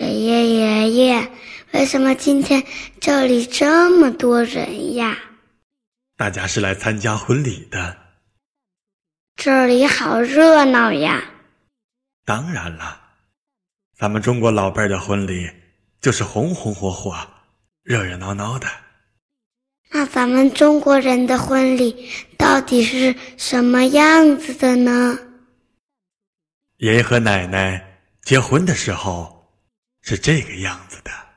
爷爷爷，为什么今天这里这么多人呀？大家是来参加婚礼的。这里好热闹呀！当然了，咱们中国老辈儿的婚礼就是红红火火、热热闹闹的。那咱们中国人的婚礼到底是什么样子的呢？爷爷和奶奶结婚的时候是这个样子的。